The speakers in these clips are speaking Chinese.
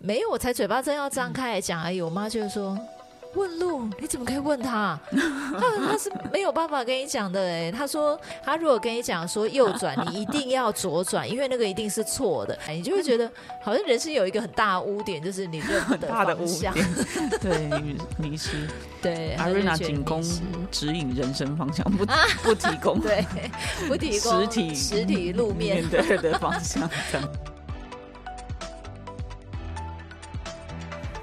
没有，我才嘴巴正要张嗯开来讲而已，我妈就说。问路，你怎么可以问 他？他他是没有办法跟你讲的哎、他说，他如果跟你讲说右转，你一定要左转，因为那个一定是错的。哎你就会觉得好像人生有一个很大的污点，就是你认不得嗯大的方污向。 点， 对，迷迷失。对，阿他就瑞娜觉得仅你供是指引人生方向， 不不提供对，不提供实体嗯实体路面。对的方 向。这样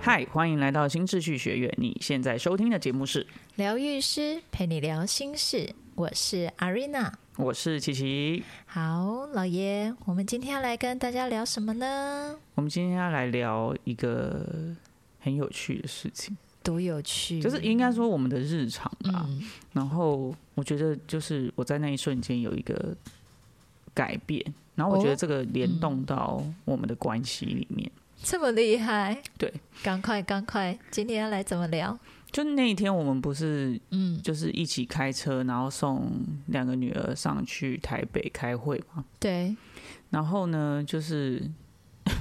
嗨，欢迎来到新秩序学院。你现在收听的节目是，疗愈师陪你聊心事，我是阿瑞娜。我是琪琪。好，老爷，我们今天要来跟大家聊什么呢？我们今天要来聊一个很有趣的事情，多有趣，就是应该说我们的日常吧。嗯然后我觉得就是我在那一瞬间有一个改变，然后我觉得哦这个联动到我们的关系里面。这么厉害，对，赶快赶快，今天要来怎么聊？就那一天我们不是嗯，就是一起开车，然后送两个女儿上去台北开会嘛。对，然后呢，就是，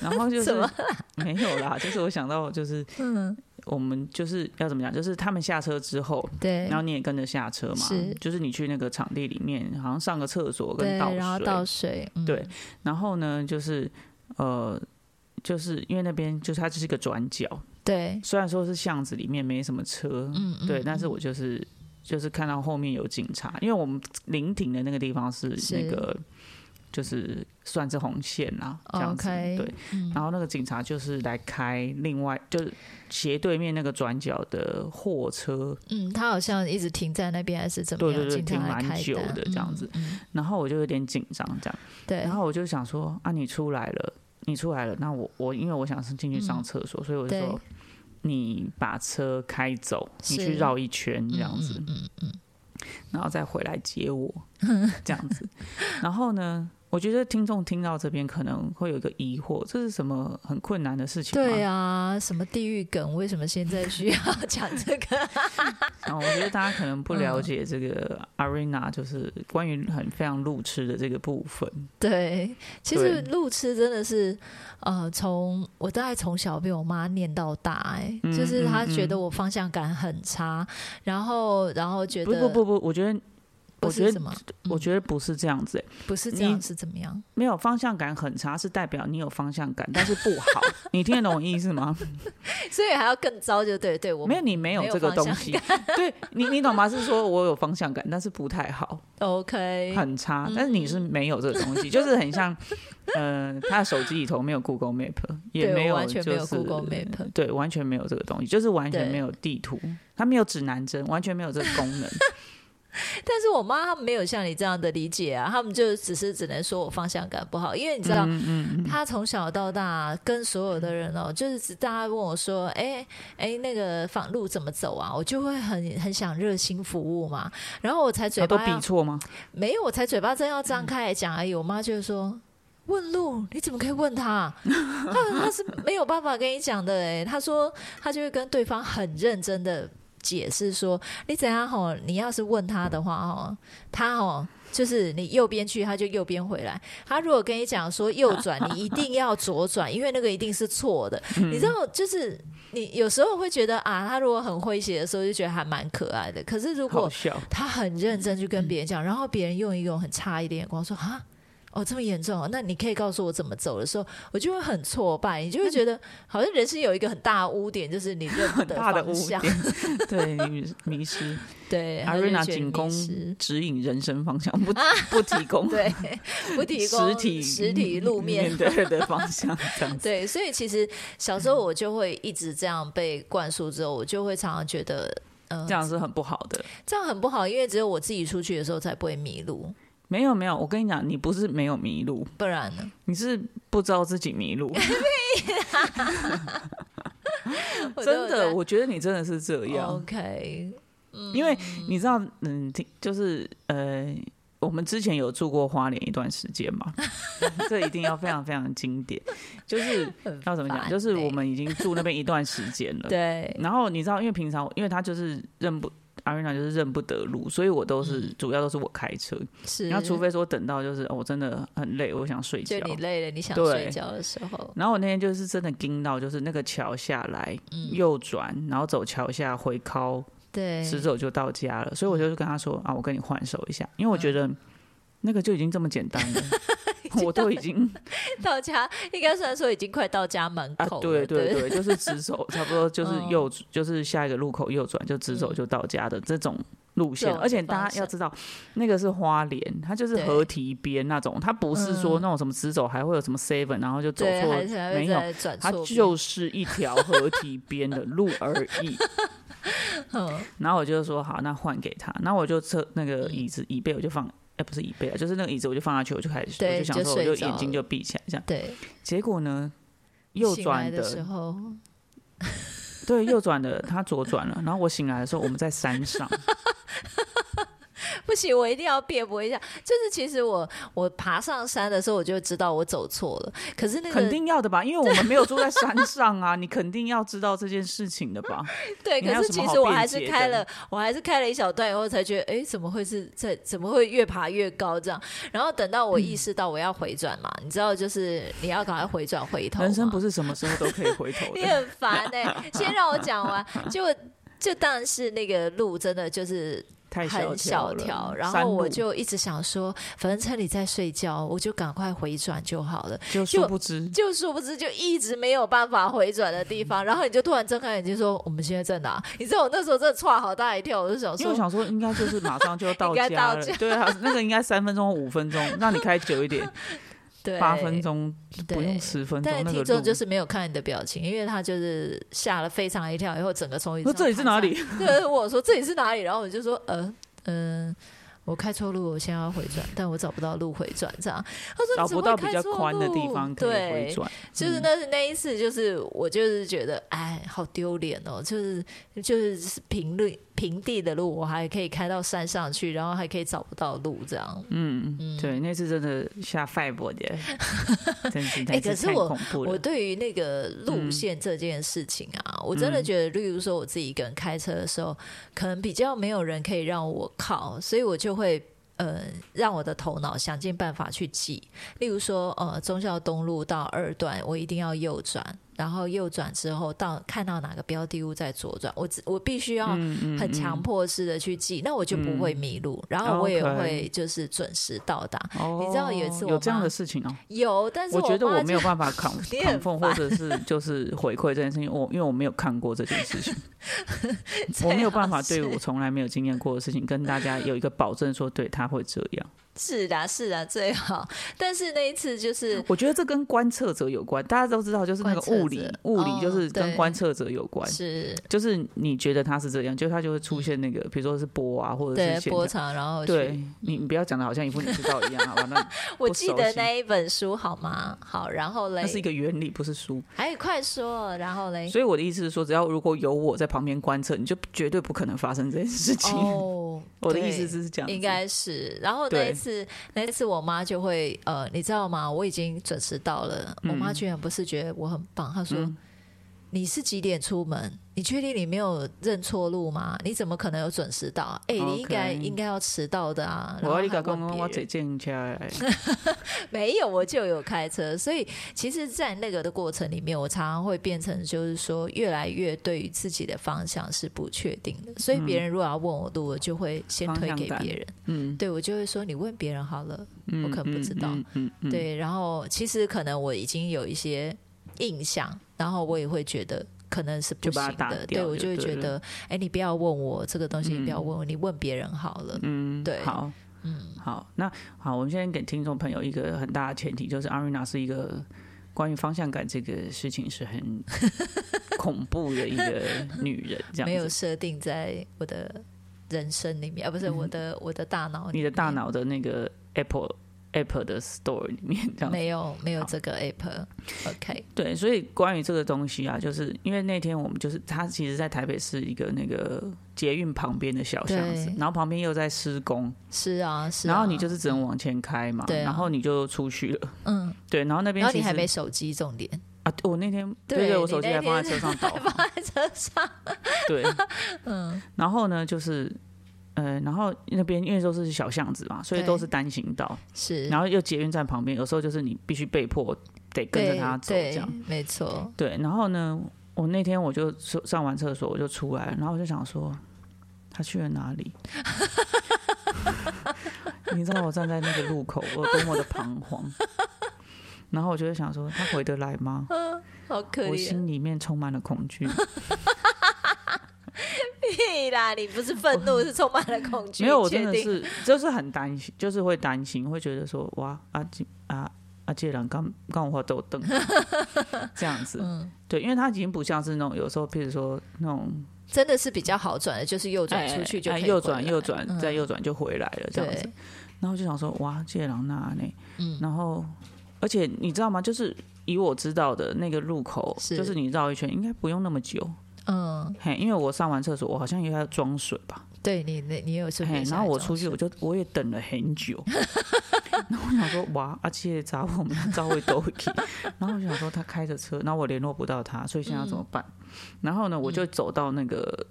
然后就怎是么没有啦，就是我想到就是 嗯，我们就是要怎么讲，就是他们下车之后，对然，后你也跟着下车嘛，是就是你去那个场地里面，好像上个厕所对，跟倒水，然后倒水，嗯对，然后呢，就是呃，就是因为那边就是它就是一个转角，对，虽然说是巷子里面没什么车，嗯，嗯对，但是嗯我就是就是看到后面有警察，因为我们临停的那个地方是是哦那个就是算是红线啦，这样子 OK，对。嗯然后那个警察就是来开另外就是斜对面那个转角的货车，嗯，他好像一直停在那边，还是怎么对样？对对经常停来蛮开久单的这样子，嗯嗯然后我就有点紧张这样。对，然后我就想说啊，你出来了，你出来了，那我我因为我想是进去上厕所，所以我就嗯对说你把车开走，你是去绕一圈这样子，嗯嗯然后再回来接 我这样子。然后呢，我觉得听众听到这边可能会有一个疑惑，这是什么很困难的事情吗？对啊，什么地狱梗？为什么现在需要讲这个？然后我觉得大家 可嗯能不了解这个 arena，就是关于很非常路痴的这个部分。对，其实对路痴真的是，呃，从我大概从小被我妈念到大、哎、嗯就是她觉得嗯我方向感很差，然后，然后觉不得嗯不不不，我觉得不我是觉什得么，我觉得不是这样子、欸。不是这样你是怎么样？ 没有方向感很差，是代表你有方向感，但是不 好。你听得懂我意思吗？所以还要更糟，就对对，我没有，你没有这个东西。 对你，你懂吗？是说我有方向感，但是不太好， OK，很差。嗯但是你是没有这个东西，就是很像， 呃，他的手机里头没有 Google Map，也对没我有完全就是没有 Google Map，对，完全没有这个东西，就是完全对没有地图，它没有指南针，完全没有这个功能。但是我妈她们没有像你这样的理解啊，他们就只是只能说我方向感不好，因为 你知道，嗯她从小到大跟所有的人哦，就是只大家问我说，哎、哎、那个访路怎么走啊？我就会很很想热心服务嘛，然后我才嘴它都巴比要错吗？没有，我才嘴巴正要张开来讲而已，我妈就会说。问路，你怎么可以问他？他他是没有办法跟你讲的哎、他说他就会跟对方很认真的解释说，你怎样吼，你要是问他的话吼，他吼就是你右边去，他就右边回来。他如果跟你讲说右转，你一定要左转，因为那个一定是错的。你知道，就是你有时候会觉得啊，他如果很诙谐的时候，就觉得还蛮可爱的。可是如果好笑。他很认真去嗯跟别人讲，然后别人用一种很诧异的眼光说：“啊，哦，这么严重、哦？那你可以告诉我怎么走的时候，我就会很挫败，你就会觉得好像人生有一个很大的污点，就是 你认不得嗯大的污方向。点， 对你迷失，对， 阿他就瑞娜觉得仅你供是指引人生方向，不不提供啊 对，不提供实体实体路面。对的方向这样子。 对，所以其实小时候我就会一直这样被灌输，之后我就会常常觉得，嗯、这样是很不好的，这样很不好，因为只有我自己出去的时候才不会迷路，没有没有，我跟你讲，你不是没有迷路，不然呢？你是不知道自己迷路。我都有真的，在我觉得你真的是哦这样， OK，嗯因为你知道，嗯，听就是呃，我们之前有住过花莲一段时 间嘛，这一定要非常非常经典，就是很要怎么讲，烦就是我欸们已经住那边一段时间了，对，然后你知道，因为平常因为他就是认不，阿瑞娜就是认不得路，所以我都是、主要都是我开车，嗯是，然后除非说等到就是、哦、我真的很累，我想睡就觉。你累了，你想对睡觉的时候，然后我那天就是真的盯到，就是那个桥下来、右转，然后走桥下回靠，嗯对，嗯十走就到家了。所以我就跟他说啊，我跟你换手一下，因为我觉得那个就已经这么 简单了，我都已经到家应该算说已经快到家门啊口，了，对对对对，就是直走，差不多就是嗯右，就是下一个路口右转就直走就到家的这种路线。这种而且大家要知道，那个是花莲，它就是对嗯河堤边那种，它不是说那种什么直走还会有什么 seven，然后就走对，错还是还没会有。再转它错边，就是一条河堤边的路而已。 嗯然后我就说好，那换给他。然后我就车那个椅子椅背我就放，哎、不是椅背啊，就是那个椅子我就放下去，我就开始，我对就想就说我睡就着眼睛了就闭起来这样。对，结果呢，右醒来转的时 候，对，右转了，他左转 了。然后我醒来的时候，我们在山上，不行，我一定要辩驳一下。就是其实我我爬上山的时候，我就知道我走错了，可是那个肯定要的吧？因为我们没有住在山上啊， 你肯定要知道这件事情的吧？对，你还可有是什么其好实我辩还是解开的了，我还是开了一小段以后才觉得，哎，怎么会是在怎么会越爬越高这样？然后等到我意识到我要回转嘛，你知道，就是你要赶快回转回头嘛，啊人生不是什么时候都可以回头你 的。很烦哎、先让我讲完，结果。就当然是那个路真的就是太很小小了条，然山后我路就一直想说，反正车里在睡觉，我就赶快回转就好了。就殊不知，就殊不知就一直没有办法回转的地方，然后你就突然睁开眼睛说：“我们现在在哪？”你知道我那时候真的歘好大一跳，我就想因为说我想说，应该就是马上就到 应该家到了家，对啊，那个应该三分钟、五 分钟，让你开久一点，：“对，八分。钟不用对十分”钟但，那是个听众就路。是没有看你的表情，因为他就是吓了非常一跳，以后整个从椅子说上这里是哪里？爬上来？对，我说这里是哪里？然后我就说：“呃，嗯、我开错路，我现在要回转，但我找不到路回转。”这样，他说：“找你怎不么到会比开较错宽的地路方可以对回转，就是嗯那是那一次，就是我就是觉得，哎，好丢脸哦！就是就是平路平地的路，我还可以开到山上去，然后还可以找不到路这样。嗯，对，那次真的下 five 的，真是那哎次可是太恐怖我了。嗯对于那个路线这件事情啊，我真的觉得，例如说我自己一个人开车的时候，可能比较没有人可以让我靠，所以我就会。呃，让我的头脑想尽办法去记，例如说，呃，忠孝东路到二段，我一定要右转，然后右转之后到看到哪个标的物再左转，我只我必须要嗯很强迫式的去记，那我就不会迷路，然后我也哦 OK 会就是准时到达。哦，你知道有一次我有这样妈的事情哦，有，但是我觉得妈我没有就办法扛 你扛很缝或烦者 是就是回馈这件事情，我因为我没有看过这件事情，我没有办法对最好我是从来没有经验过的事情跟大家有一个保证说对他会这样。是的，是的，最好。但是那一次就是我觉得这跟观测者有关，大家都知道就是那个观测物理者物理哦就是跟对观测者有关，是嗯就是你觉得他是这样，就他就会出现那个比如说是波啊或者对是线波条。长，然后去对你，你不要讲的好像一副你知道一样，好 吧？那我不记熟得悉那一本书好吗？好，然后嘞那，是一个原理，不是书。还有快说，然后 嘞，所以我的意思是说，只要如果有我在旁边观测，你就绝对不可能发生这件事情。哦， 我的意对思是这样子，应该是。然后那对一次，那一次我妈就会呃，你知道吗？我已经准时到了，我嗯妈居然不是觉得我很棒，她说。你是几点出门？你确定你没有认错路吗？你怎么可能有准时到？哎、你应该 OK 应该要迟到的啊！我然后要你还讲问讲，别我人姐见起来， 没有，我就有开车，所以其实，在那个的过程里面，我常常会变成就是说，越来越对于自己的方向是不确定的。所以别人如果要问我路，我就会先推给方向别感人，嗯，对我就会说你问别人好了。嗯我可能不知道嗯嗯嗯嗯对，然后其实可能我已经有一些印象，然后我也会觉得。可能是不就把它行打的，掉对我就就会对觉了得，哎、你不要问我这个东西，你不要问我，你问别人好了。嗯，对好，嗯，好，那好，我们现在给听众朋友一个很大的前提，就是阿瑞娜是一个关于方向感这个事情是很恐怖的一个女人，这没样有子。设定在我的人生里面，啊，不是我的我的大脑里嗯你的大面脑的那个 Apple Apple 的 Store 里面这样子。没有没有好这个 app。OK，对，所以关于这个东西啊，就是因为那天我们就是它其实，在台北市一个那个捷运旁边的小巷子对，然后旁边又在施工，是啊是啊。然后你就是只能往前开嘛，对啊然后你就出去了。嗯，对，然后那边然后其你还实 没手机，重点啊，我那天对对，我你手机那还放在天车上导航， 放在车上， 对，嗯，然后呢，就是，呃，然后那边因为都是小巷子嘛，所以对都是单行道，是，然后又捷运站旁边，有时候就是你必须被迫得跟着对他走对这样，没错，对，然后呢，我那天我就上上完厕所我就出来，然后我就想说，他去了哪里？ 你知道我站在那个路口，我多么的彷徨。然后我就会想说，他回得 来吗？好可我怜。心里面充满了恐惧。屁啦，你不是愤怒，是充满了恐惧。没有，我确真的定是 就是很担心，就是会担心，会觉得说哇啊这啊啊这人刚刚我都 瞪这样子，嗯对，因为他已经不像是那种有时候，譬如说那种真的是比较好转的，就是右转出去就哎可以右回来转右转、嗯再右转就回来了这样子对，，然后就想说哇这人那呢，嗯然后而且你知道吗？就是以我知道的那个路口，是就是你绕一圈应该不用那么久，嗯，嘿，因为我上完厕所，我好像也要装水吧。对你那你有顺嘿便，下哎然后我装出去，饰我就我也等了很久。 然后我想说，哇，啊，这些杂货我们的杂货都会去。 然后我想说，他开着车，然后我联络不到他，所以现在要嗯怎么办？然后呢，我就走到那个，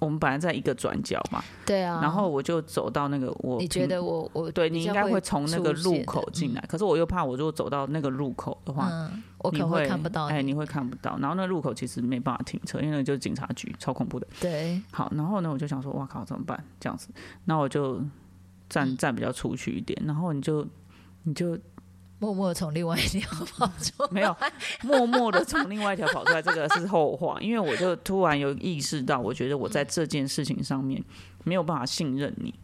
我们本来在一个转角嘛，对啊，然后我就走到那个我你平觉得我我对比你应较该会会从那个出现路的口进嗯来，可是我又怕，我如果走到那个路口的话，嗯，我可你能会看不到哎，你，你会看不到。然后那路口其实没办法停车，因为那个就是警察局，超恐怖的。对，好，然后呢，我就想说，哇靠，怎么办？这样子，那我就站站比较出去一点，然后你就你就默默地从另外一条跑出 没有默默的从另外一条跑出来，这个是后话，因为我就突然有意识到，我觉得我在这件事情上面没有办法信任你。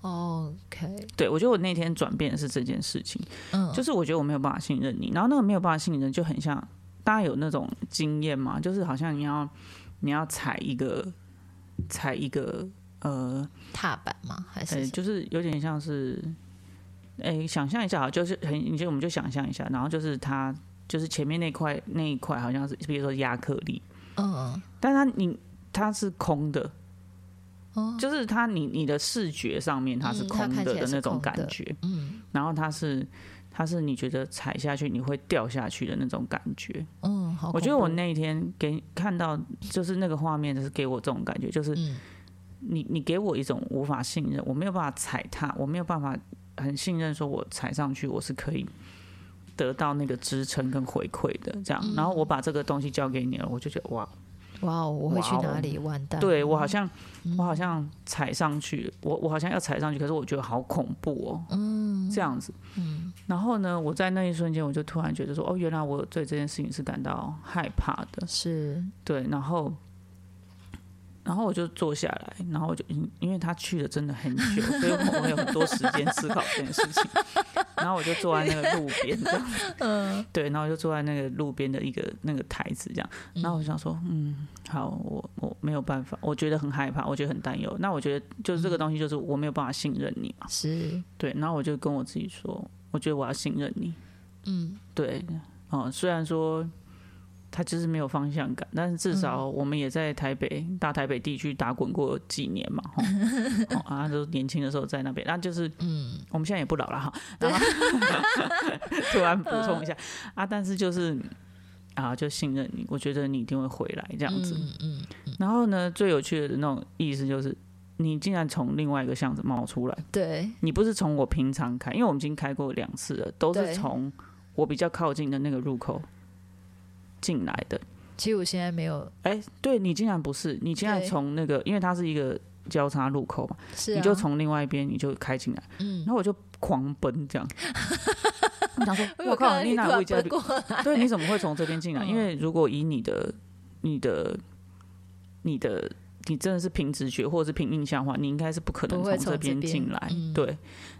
哦，OK，对我觉得我那天转变的是这件事情，嗯，就是我觉得我没有办法信任你，然后那个没有办法信任就很像大家有那种经验嘛，就是好像你要你要踩一个踩一个呃踏板吗？还呃，是就是有点像是，哎、想象一下啊，就是很，你就我们就想象一下，然后就是它就是前面那块那一块好像是，比如说亚克力，嗯但它你它是空的，就是它你你的视觉上面它是哦嗯它空看的起来的是那种空感的觉，嗯然后它是。它是你觉得踩下去你会掉下去的那种感觉，嗯，好恐怖，我觉得我那一天给看到就是那个画面，就是给我这种感觉，就是嗯你你给我一种无法信任，我没有办法踩踏，我没有办法很信任，说我踩上去我是可以得到那个支撑跟回馈的，这样。然后我把这个东西交给你了，我就觉得哇，哇哦，我会去哇哦哪里？完蛋，对我好像我好像踩上去，我我好像要踩上去，可是我觉得好恐怖哦，嗯，这样子，嗯。然后呢，我在那一瞬间，我就突然觉得说，哦，原来我对这件事情是感到害怕的，是对，然后，然后我就坐下来，然后我就因因为他去了真的很久，所以我我有很多时间思考这件事情。然后我就坐在那个路边这样，嗯， 对，然后我就坐在那个路边的一个那个台子这样，然后我想说，嗯，好，我我没有办法，我觉得很害怕，我觉得很担忧。那我觉得就是这个东西，就是我没有办法信任你嘛，是，对，然后我就跟我自己说，我觉得我要信任你，嗯对，哦，虽然说他就是没有方向感，但是嗯至少我们也在台北、大台北地区打滚过几年嘛，哈、哦， 啊，都年轻的时候在那边，那就是嗯，我们现在也不老了哈。然后 突然补充一下嗯啊，但是就是啊，就信任你，我觉得你一定会回来这样子。嗯嗯，然后呢，最有趣的那种意思就是。你竟然从另外一个巷子冒出来，对，你不是从我平常开，因为我们已经开过两次了，都是对从我比较靠近的那个入口进来的。其实我现在没有，哎、对你竟然不是，你竟然对从那个，因为它是一个交叉路口嘛，是你啊就从另外一边你就开进来，嗯然。后我就狂奔这样。 我想说，有我看靠，到你突哪然位嘉奔宾？过来，对，你怎么会从这边进来？嗯因为如果以你的、你的、你的，你真的是凭直觉或者是凭印象的话，你应该是不可能不会从这从这边边进来。嗯对，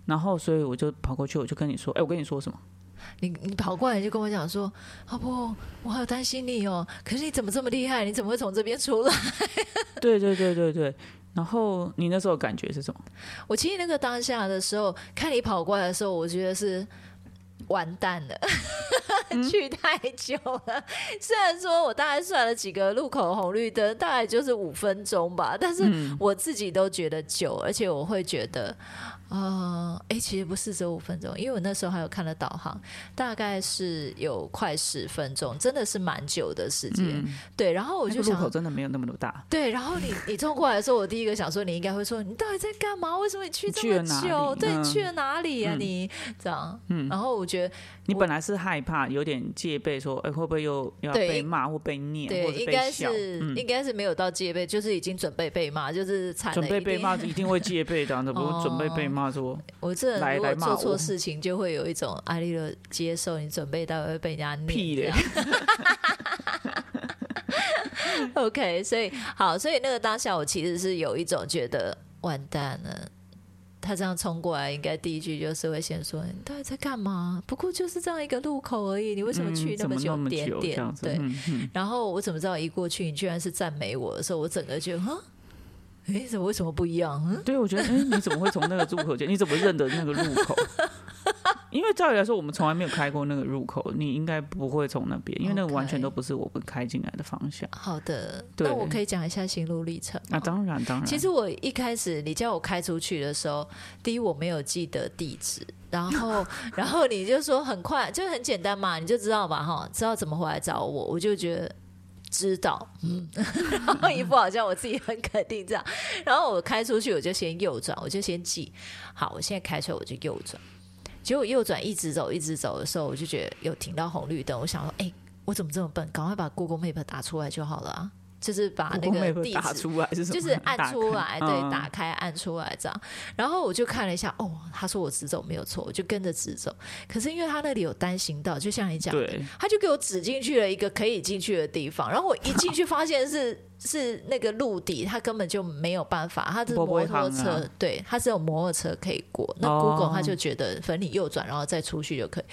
然后所以我就跑过去，我就跟你说，哎、我跟你说什么？ 你你跑过来就跟我讲说，老婆，我好担心你哦。可是你怎么这么厉害？你怎么会从这边出来？对对对对对。然后你那时候感觉是什么？我其实那个当下的时候，看你跑过来的时候，我觉得是完蛋了，嗯 去太久了。 虽然说我大概算了几个路口红绿灯，大概就是五分钟吧，嗯但是我自己都觉得久，而且我会觉得，呃，哎、其实不是只有五分钟，因为我那时候还有看了导航，大概是有快十分钟，真的是蛮久的时间。嗯，对，然后我那就个路想口。真的没有那么大，对，然后你 你冲过来的时候，我第一个想说，你应该会说，你到底在干嘛？为什么你去去这了么哪久？里对，嗯你去了哪里啊？嗯你这样，嗯然后我觉得你本来是害怕，有点戒备说，哎、会不会又要对被骂或被念，对或，者应被该笑？是、嗯，应该是没有到戒备，就是已经准备被骂，就是惨了。准备被一定骂，一定会戒备 的啊、怎么会准备被骂说？我这人来如果来骂做错我事情，就会有一种阿丽的接受，你准备到会被人家念屁嘞这样 OK，所以好，所以那个当下我其实是有一种觉得完蛋了。他这样冲过来，应该第一句就是会先说：“你到底在干嘛？不过就是这样一个路口而已，你为什么嗯去怎么久那么点久点这样？”子？对，嗯嗯然后我怎么知道一过去你居然是赞美我的时候，我整个觉得，哈，诶，怎么为什么不一样？嗯，对，我觉得，哎、你怎么会从那个入口进？你怎么认得那个入口？ 因为照理来说，我们从来没有开过那个入口，你应该不会从那边，因为那个完全 OK 都不是我们开进来的方向。好的，对啊那我可以讲一下心路历程那、吗。当然，当然，哦 其实我一开始你叫我开出去的时候，第一我没有记得地址，然后 然后你就说很快，就很简单嘛，你就知道吧哈，知道怎么回来找我，我就觉得。知道，嗯， 然后一副好像我自己很肯定这样，然后我开出去我就先右转，我就先记，好，我现在开出来我就右转，结果右转一直走一直走的时候，我就觉得有停到红绿灯，我想说，哎、我怎么这么笨？赶快把 Google Map 打出来就好了、啊，就是把那 Google 个 Map 地打址出来是什么？就是按出来，打开嗯对，打。开按出来这样。然后我就看了一下，哦，他说我直走没有错，我就跟着直走。可是因为他那里有单行道，就像你嗯讲，对，他就给我指进去了一个可以进去的地方。然后我一进去发现是是那个陆地，他根本就没有办法，他是不摩会托行车，啊对，他只有摩托车可以过。那哦 Google 他就觉得，反正你右转然后再出去就可以。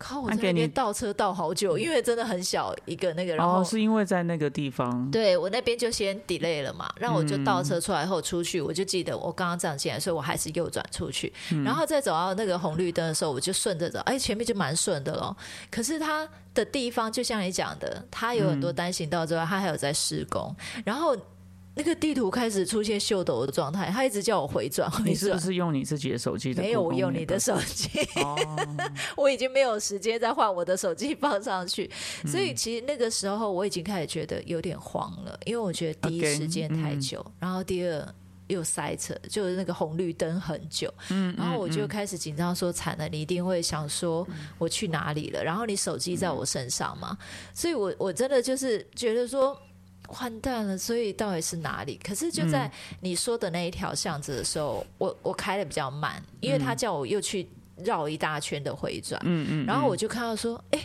靠！我在那给那边你嗯倒车倒好久，因为真的很小一个那个，然后哦，是因为在那个地方，对我那边就先 delay 了嗯嘛，然后我就倒车出来后出去，我就记得我刚刚这样进来，所以我还是右转出去，嗯然后再走到那个红绿灯的时候，我就顺着走，哎，前面就蛮顺的咯。可是它的地方就像你讲的，它有很多单行道之外，它还有在施工，然后那个地图开始出现秀抖的状态，它一直叫我回转回你是转不。是用你自己的手机的？没有，我用你的。手机， 哦，我已经没有时间再换我的手机放上去，所以其实那个时候我已经开始觉得有点慌了，因为我觉得第一 OK，时间太久，然后第二又塞车，就是那个红绿灯很久，嗯，然后我就开始紧张说惨了，你一定会想说我去哪里了，然后你手机在我身上嘛，所以我我真的就是觉得说。完蛋了，所以到底是哪里？可是就在你说的那一条巷子的时候，我我开的比较慢，因为他叫我又去绕一大圈的回转，嗯嗯，然后我就看到说，哎、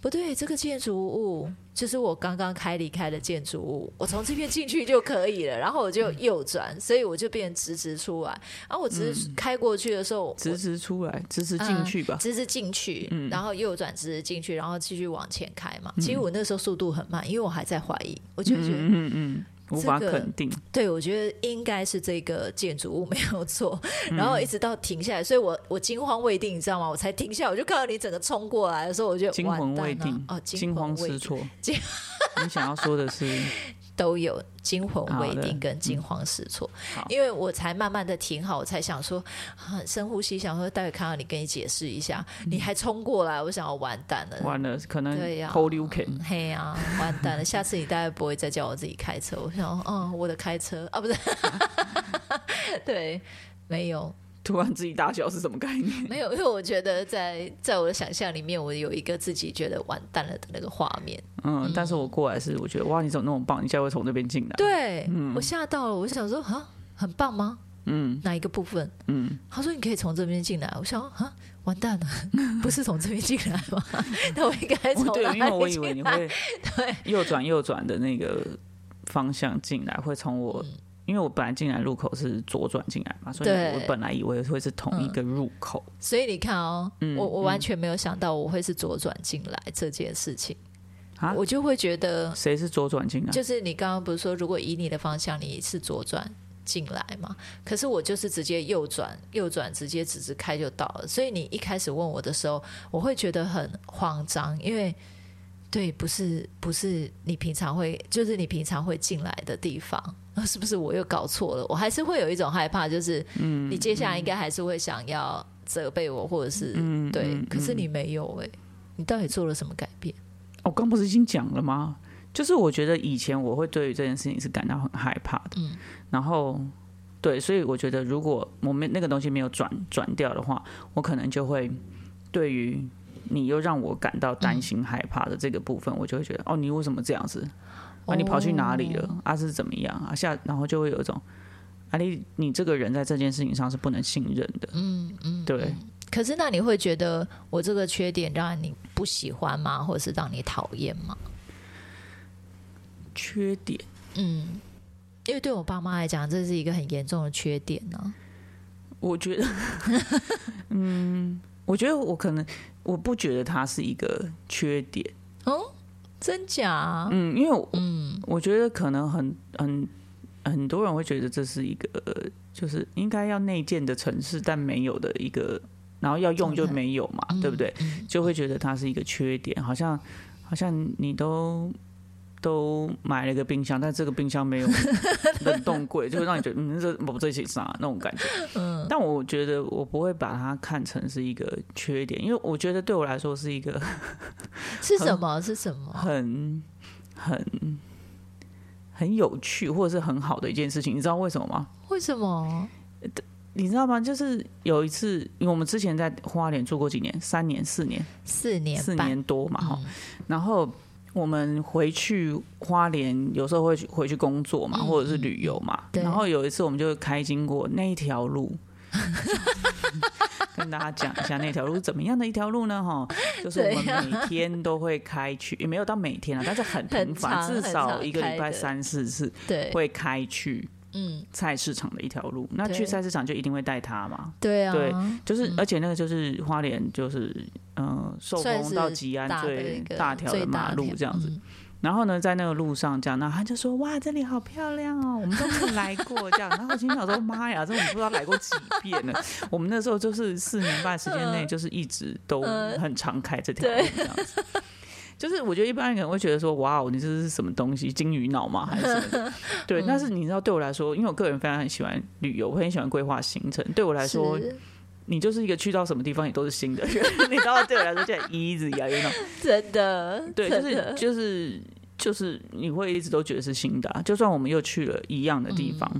不对，这个建筑物就是我刚刚开离开的建筑物，我从这边进去就可以了。然后我就右转，所以我就变直直出来。然后我直直开过去的时候，我直嗯直出来，直直进嗯去吧。直直进去，然后右转直直进去，然后继续往前开嘛。其实我那时候速度很慢，因为我还在怀疑，我就觉得嗯嗯嗯，无这法个肯定。对，我觉得应该是这个建筑物没 有错，嗯然后一直到停下来，所以我我惊慌未定，你知道吗？我才停下，我就看到你整个冲过来的时候，我就惊完魂蛋未了定哦，惊惊慌未失定措。惊你想要说的是，都有惊魂未好的嗯定跟惊慌失措好，因为我才慢慢的停好，我才想说啊深呼吸，想说待会看到你跟你解释一下，你还冲过来，我想要完蛋了。嗯完了，可能对呀 hold you can。嘿呀、完蛋了！下次你大概不会再叫我自己开车。我想说，嗯，我的开车啊，不 是，对，没有，突然自己大笑是什么概念？ 没有，因为我觉得在在我的想象里面，我有一个自己觉得完蛋了的那个画面。嗯，但是我过来是，我觉得哇，你怎么那么棒？你现在会从这边进来？对，啊我吓到了，我就想说啊，很棒吗？嗯哪一个部分？嗯， 他说你可以从这边进来，我想啊，完蛋了， 不是从这边进来吗？ 那我应该从哦对，因为哪我里以为你进来？会右转右转的那个方向进来，会从我。因为我本来进来入口是左转进来嘛，所以对我本来以为会是同一个入口。所以你看哦，嗯我我完全没有想到我会是左转进来这件事情，啊我就会觉得，谁是左转进来？就是你刚刚不是说，如果以你的方向你是左转。进来嘛。可是我就是直接右转，右转直接直直开就到了。所以你一开始问我的时候，我会觉得很慌张，因为对，不是不是你平常会，就是你平常会进来的地方，是不是我又搞错了？我还是会有一种害怕，就是嗯，你接下来应该还是会想要责备我，或者是、嗯对，嗯可是嗯你没有诶、你到底做了什么改变？我哦刚不是已经讲了吗？就是我觉得以前我会对于这件事情是感到很害怕的，嗯，然后对，所以我觉得如果我们那个东西没有转转掉的话，我可能就会对于你又让我感到嗯担心害怕的这个部分，我就会觉得哦，你为什么这样子？啊，你跑去哪里哦了？啊，是怎么样啊？下然后就会有一种啊，你你这个人在这件事情上是不能信任的，嗯嗯，对，可是那你会觉得我这个缺点让你不喜欢吗？或者是让你讨厌吗？缺点。嗯，因为对我爸妈来讲，这是一个很严重的缺点啊呢、我觉得，嗯，我觉得我可能我不觉得它是一个缺点，真假？嗯，因为我嗯我觉得可能很很很多人会觉得这是一个呃就是应该要内建的城市，但没有的一个，然后要用就没有嘛，对不嗯对？就会觉得它是一个缺点，好像好像你都。都买了一个冰箱，但这个冰箱 没有冷冻柜，就会让你觉得嗯，这我这些啥那种感觉。嗯，但我觉得我不会把它看成是一个缺点，因为我觉得对我来说是一个是什么？是什么？很很很有趣，或者是很好的一件事情。你知道为什么吗？为什么？你知道吗？就是有一次，因为我们之前在花莲住过几年，三年、四年、四年四半？嗯年多嘛，哈、然后我们回去花莲，有时候会去回去工作嘛，嗯或者是旅游嘛。对然后有一次，我们就开经过那一条路。跟大家讲一下那条路是怎么样的一条路 呢？哈，就是我怎们每天都会开去，也没有到每天啊，但是很频繁，很常至少一个很常礼开拜的三四次对，会开去嗯，菜市场的一条路。那去对菜市场就一定会带它嘛，对啊，对就是，而且那个就是花莲，就是嗯、呃寿算丰是到吉安大的最一个大条最的大马路条这样子。嗯然后呢，在那个路上这样，然后他就说：“哇，这里好漂亮哦，我们都没有来过。”这样，然后我心想说：“妈呀，这我们不知道来过几 遍了。”我们那时候就是四年半时间内，就是一直都嗯很常开这条路这样子。就是我觉得一般人可能会觉得说：“哇，你这是什么东西？金鱼脑吗？还是什么 的？”嗯对，但是你知道，对我来说，因为我个人非常很喜欢旅游，我很喜欢规划行程。对我来说，是你就是一个去到什么地方也都是新的 人，你知道，对我来说就很 easy 啊，那种。真的，对，就真是的就是就是你会一直都觉得是新的啊、就算我们又去了一样的地方，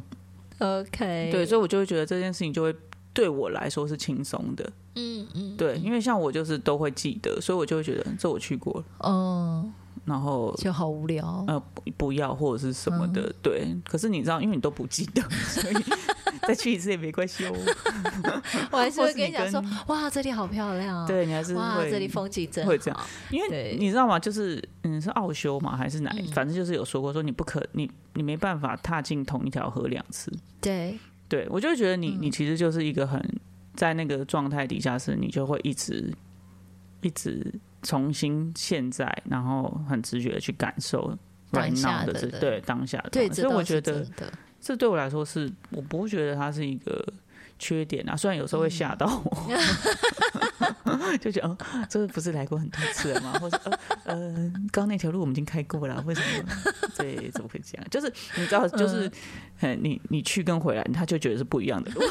嗯 OK，对，所以我就会觉得这件事情就会对我来说是轻松的，嗯嗯，对，因为像我就是都会记得，所以我就会觉得这我去过了，嗯，然后就好无聊，呃不不要或者是什么嗯的，对。可是你知道，因为你都不记得，所以 再去一次也没关 系哦。我还是呃会或是跟你讲说跟，哇，这里好漂亮，，啊对你还是哇，会这里风景真会这样好，因对为你知道吗？就是嗯，是奥修嘛，还是哪？嗯反正就是有说过，说你不可，你你没办法踏进同一条河两次。对，对我就会觉得嗯你，你其实就是一个很在那个状态底下，是你就会一直一直重新现在，然后很直觉的去感受当 right 下 now 的的这对对当下的状对，态，这所以倒我是觉得真的这对我来说是我不会觉得它是一个缺点啊，虽然有时候会吓到我， 就觉得，呃，这不是来过很多次了吗？或者呃呃，刚刚那条路我们已经开过了，为什么？ 对，怎么会这样？就是你知道，就是呃，你你去跟回来，他就觉得是不一样的路。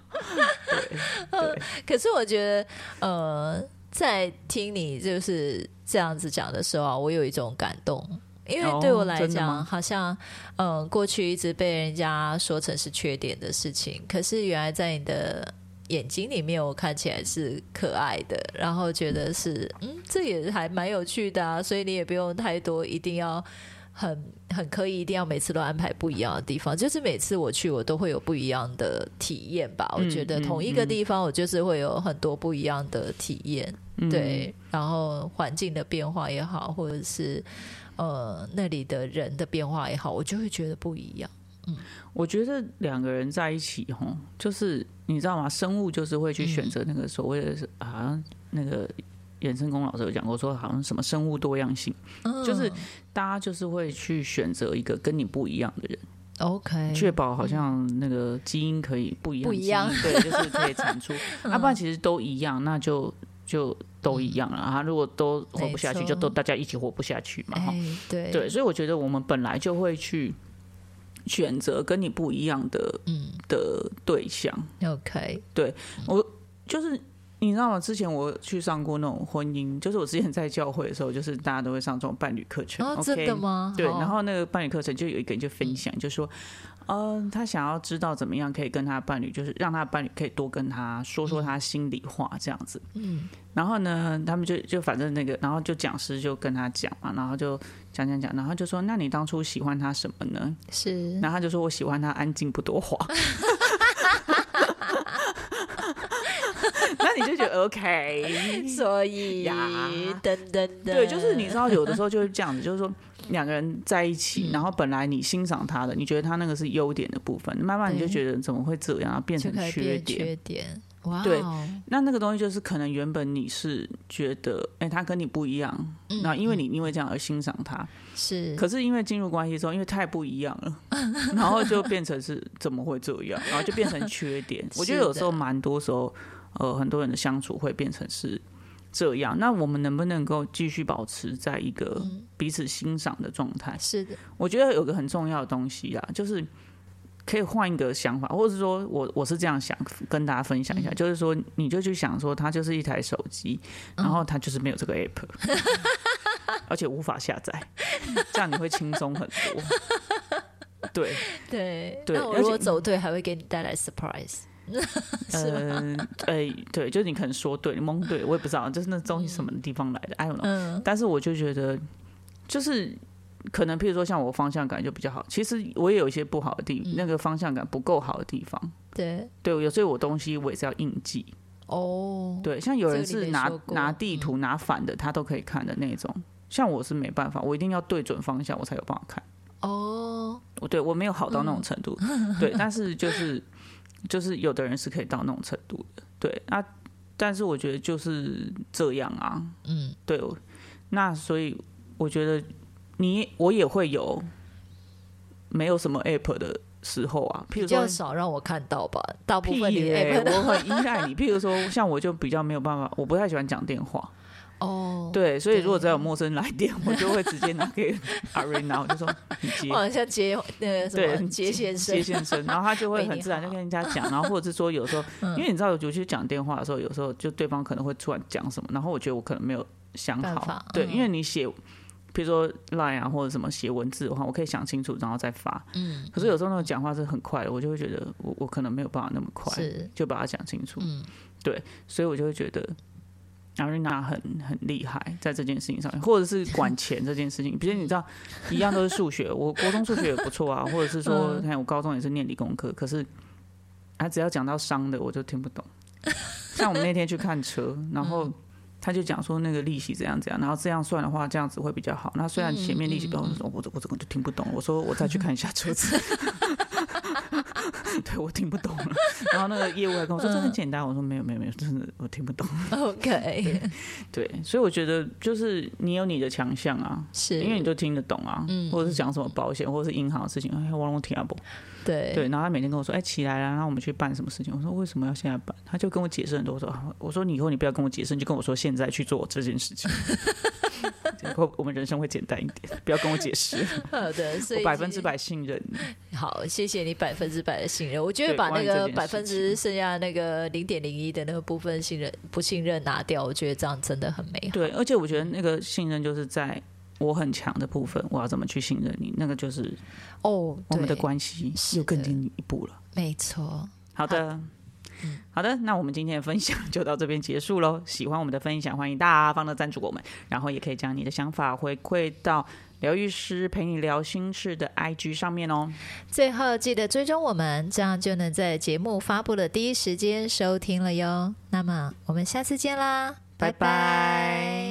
对对，可是我觉得，呃，在听你就是这样子讲的时候啊，我有一种感动，因为哦对我来真的讲，吗好像呃，过去一直被人家说成是缺点的事情，可是原来在你的。眼睛里面，我看起来是可爱的，然后觉得是，嗯，这也还蛮有趣的啊，所以你也不用太多，一定要很很刻意，一定要每次都安排不一样的地方。就是每次我去，我都会有不一样的体验吧。我嗯觉得嗯同一个嗯地方，我就是会有很多不一样的体验。嗯，对，然后环境的变化也好，或者是呃那里的人的变化也好，我就会觉得不一样。嗯我觉得两个人在一起，吼，就是你知道吗？生物就是会去选择那个所谓的是，好像那个衍生工老师有讲过，说好像什么生物多样性，嗯就是大家就是会去选择一个跟你不一样的人。 OK，确保好像那个基因可以不一样，哎嗯不一样嗯基因，对，就是可以 产出。啊，不然其实都一样，那就就都一样了啊。如果都活不下去，没错就都大家一起活不下去嘛。哈、哎，对对，，所以我觉得我们本来就会去选择跟你不一样的嗯的对象， ，OK，就是。你知道吗？之前我去上过那种婚姻，就是我之前在教会的时候，就是大家都会上这种伴侣课程。然后 OK，哦真的吗？对，好然后那个伴侣课程就有一个人就分享，就说，呃，他想要知道怎么样可以跟他的伴侣，就是让他的伴侣可以多跟他说说他心里话这样子。嗯，然后呢，他们就就反正那个，然后就讲师就跟他讲嘛，然后就讲讲讲，然后就说，那你当初喜欢他什么呢？是然后他就说我喜欢他安静不多话。 那你就觉得 OK，所以嗯呀等等等，对，就是你知道，有的时候就是这样子，就是说两个人在一起，嗯然后本来你欣赏他的，你觉得他那个是优点的部分，慢慢你就对觉得怎么会这样，然后变就成可以缺变点。缺点，哇，哦对那那个东西就是可能原本你是觉得，哎、他跟你不一样，嗯那因为嗯你因为这样而欣赏他，是可是因为进入关系之后，因为太不一样了， 然后就变成是怎么会这样，然后就变成缺点。我觉得是有时候的蛮多时候，呃，很多人的相处会变成是这样。那我们能不能够继续保持在一个彼此欣赏的状态？是的，我觉得有个很重要的东西啊，就是可以换一个想法，或者是说我我是这样想跟大家分享一下，就是说你就去想说它就是一台手机，然后它就是没有这个 app，、而且无法下载，这样你会轻松很多。对，对，对那我而如果且走对，还会给你带来 surprise，是吗？嗯， 哎、对，就是你可能说对，你蒙对，我也不知道，就是那东西什么地方来的，I don't know。嗯，但是我就觉得，就是可能，譬如说像我方向感就比较好，其实我也有一些不好的嗯地，那个方向感不够好的地方。对，对，有所以我东西我也是要印记。哦，对，像有人这个是你没拿说过嗯拿地图拿反的，他都可以看的那种。像我是没办法，我一定要对准方向，我才有办法看。哦，我对我没有好到嗯那种程 度，对，但是就是就是有的人是可以到那种程度的，对啊，但是我觉得就是这样啊，嗯，对，我那所以我觉得你我也会有没有什么 app 的时候啊，譬比如说较少让我看到吧，大部屁分哎你的嘞 app 我都 很依赖你。譬如说，像我就比较没有办法，我不太喜欢讲电话，哦，对，所以如果对只要有陌生人来电，我就会直接拿给 Arena，我就说你 接我。好像接那个什对么 接线生接，先生，然后他就会喂很你自然就好嗯跟人家讲，然后或者是说有 时候，因为你知道，尤其讲电话的时候，有时候就对方可能会突然讲什么，然后我觉得我可能没有想办好法，对，嗯因为你写，比如说 Line 啊或者什么写文字的话，我可以想清楚然后再发，嗯，可是有时候那种讲话是很快的，我就会觉得我我可能没有办法那么快，是就把它讲清楚。嗯，对，所以我就会觉得阿瑞娜很很厉害在这件事情上面，或者是管钱这件事情。比如你知道，一样都是数学，我国中数学也不错啊，或者是说，嗯看我高中也是念理工科，可是他只要讲到商的，我就听不懂。像我们那天去看车，然后。他就讲说那个利息怎样怎样，然后这样算的话，这样子会比较好。那虽然前面利息不高，我说我我这个就听不懂。我说我再去看一下车子，对我听不懂了。然后那个业务还跟我说这很简单，我说没有没有没有，真的我听不懂。 OK，对，所以我觉得就是你有你的强项啊，是因为你就听得懂啊，嗯或者是讲什么保险，或者是银行的事情，哎，我拢听不懂。对对，然后他每天跟我说，哎，起来啦，然后我们去办什么事情？我说为什么要现在办？他就跟我解释很多，我说啊我说你以后你不要跟我解释，你就跟我说现在去做这件 事情，以后我们人生会简单一点，不要跟我解释， 好的，所我以百分其之实百信任你。好，谢谢你百分之百的信任。我觉得对把那关于这个件百事分之剩下那个零点零一的那个部分信任不信任拿掉，我觉得这样真的很美好。对，而且我觉得那个信任就是在我很强的部分，我要怎么去信任你，那个就是哦，我们对的关系是又更的进一步了。没错，好的。好的，那我们今天的分享就到这边结束喽。 喜欢我们的分享，欢迎大方的赞助我们，然后也可以将你的想法回馈到疗愈师陪你聊心事的 IG 上面哦。最后记得追踪我们，这样就能在节目发布的第一时间收听了哟。那么我们下次见啦，拜拜拜拜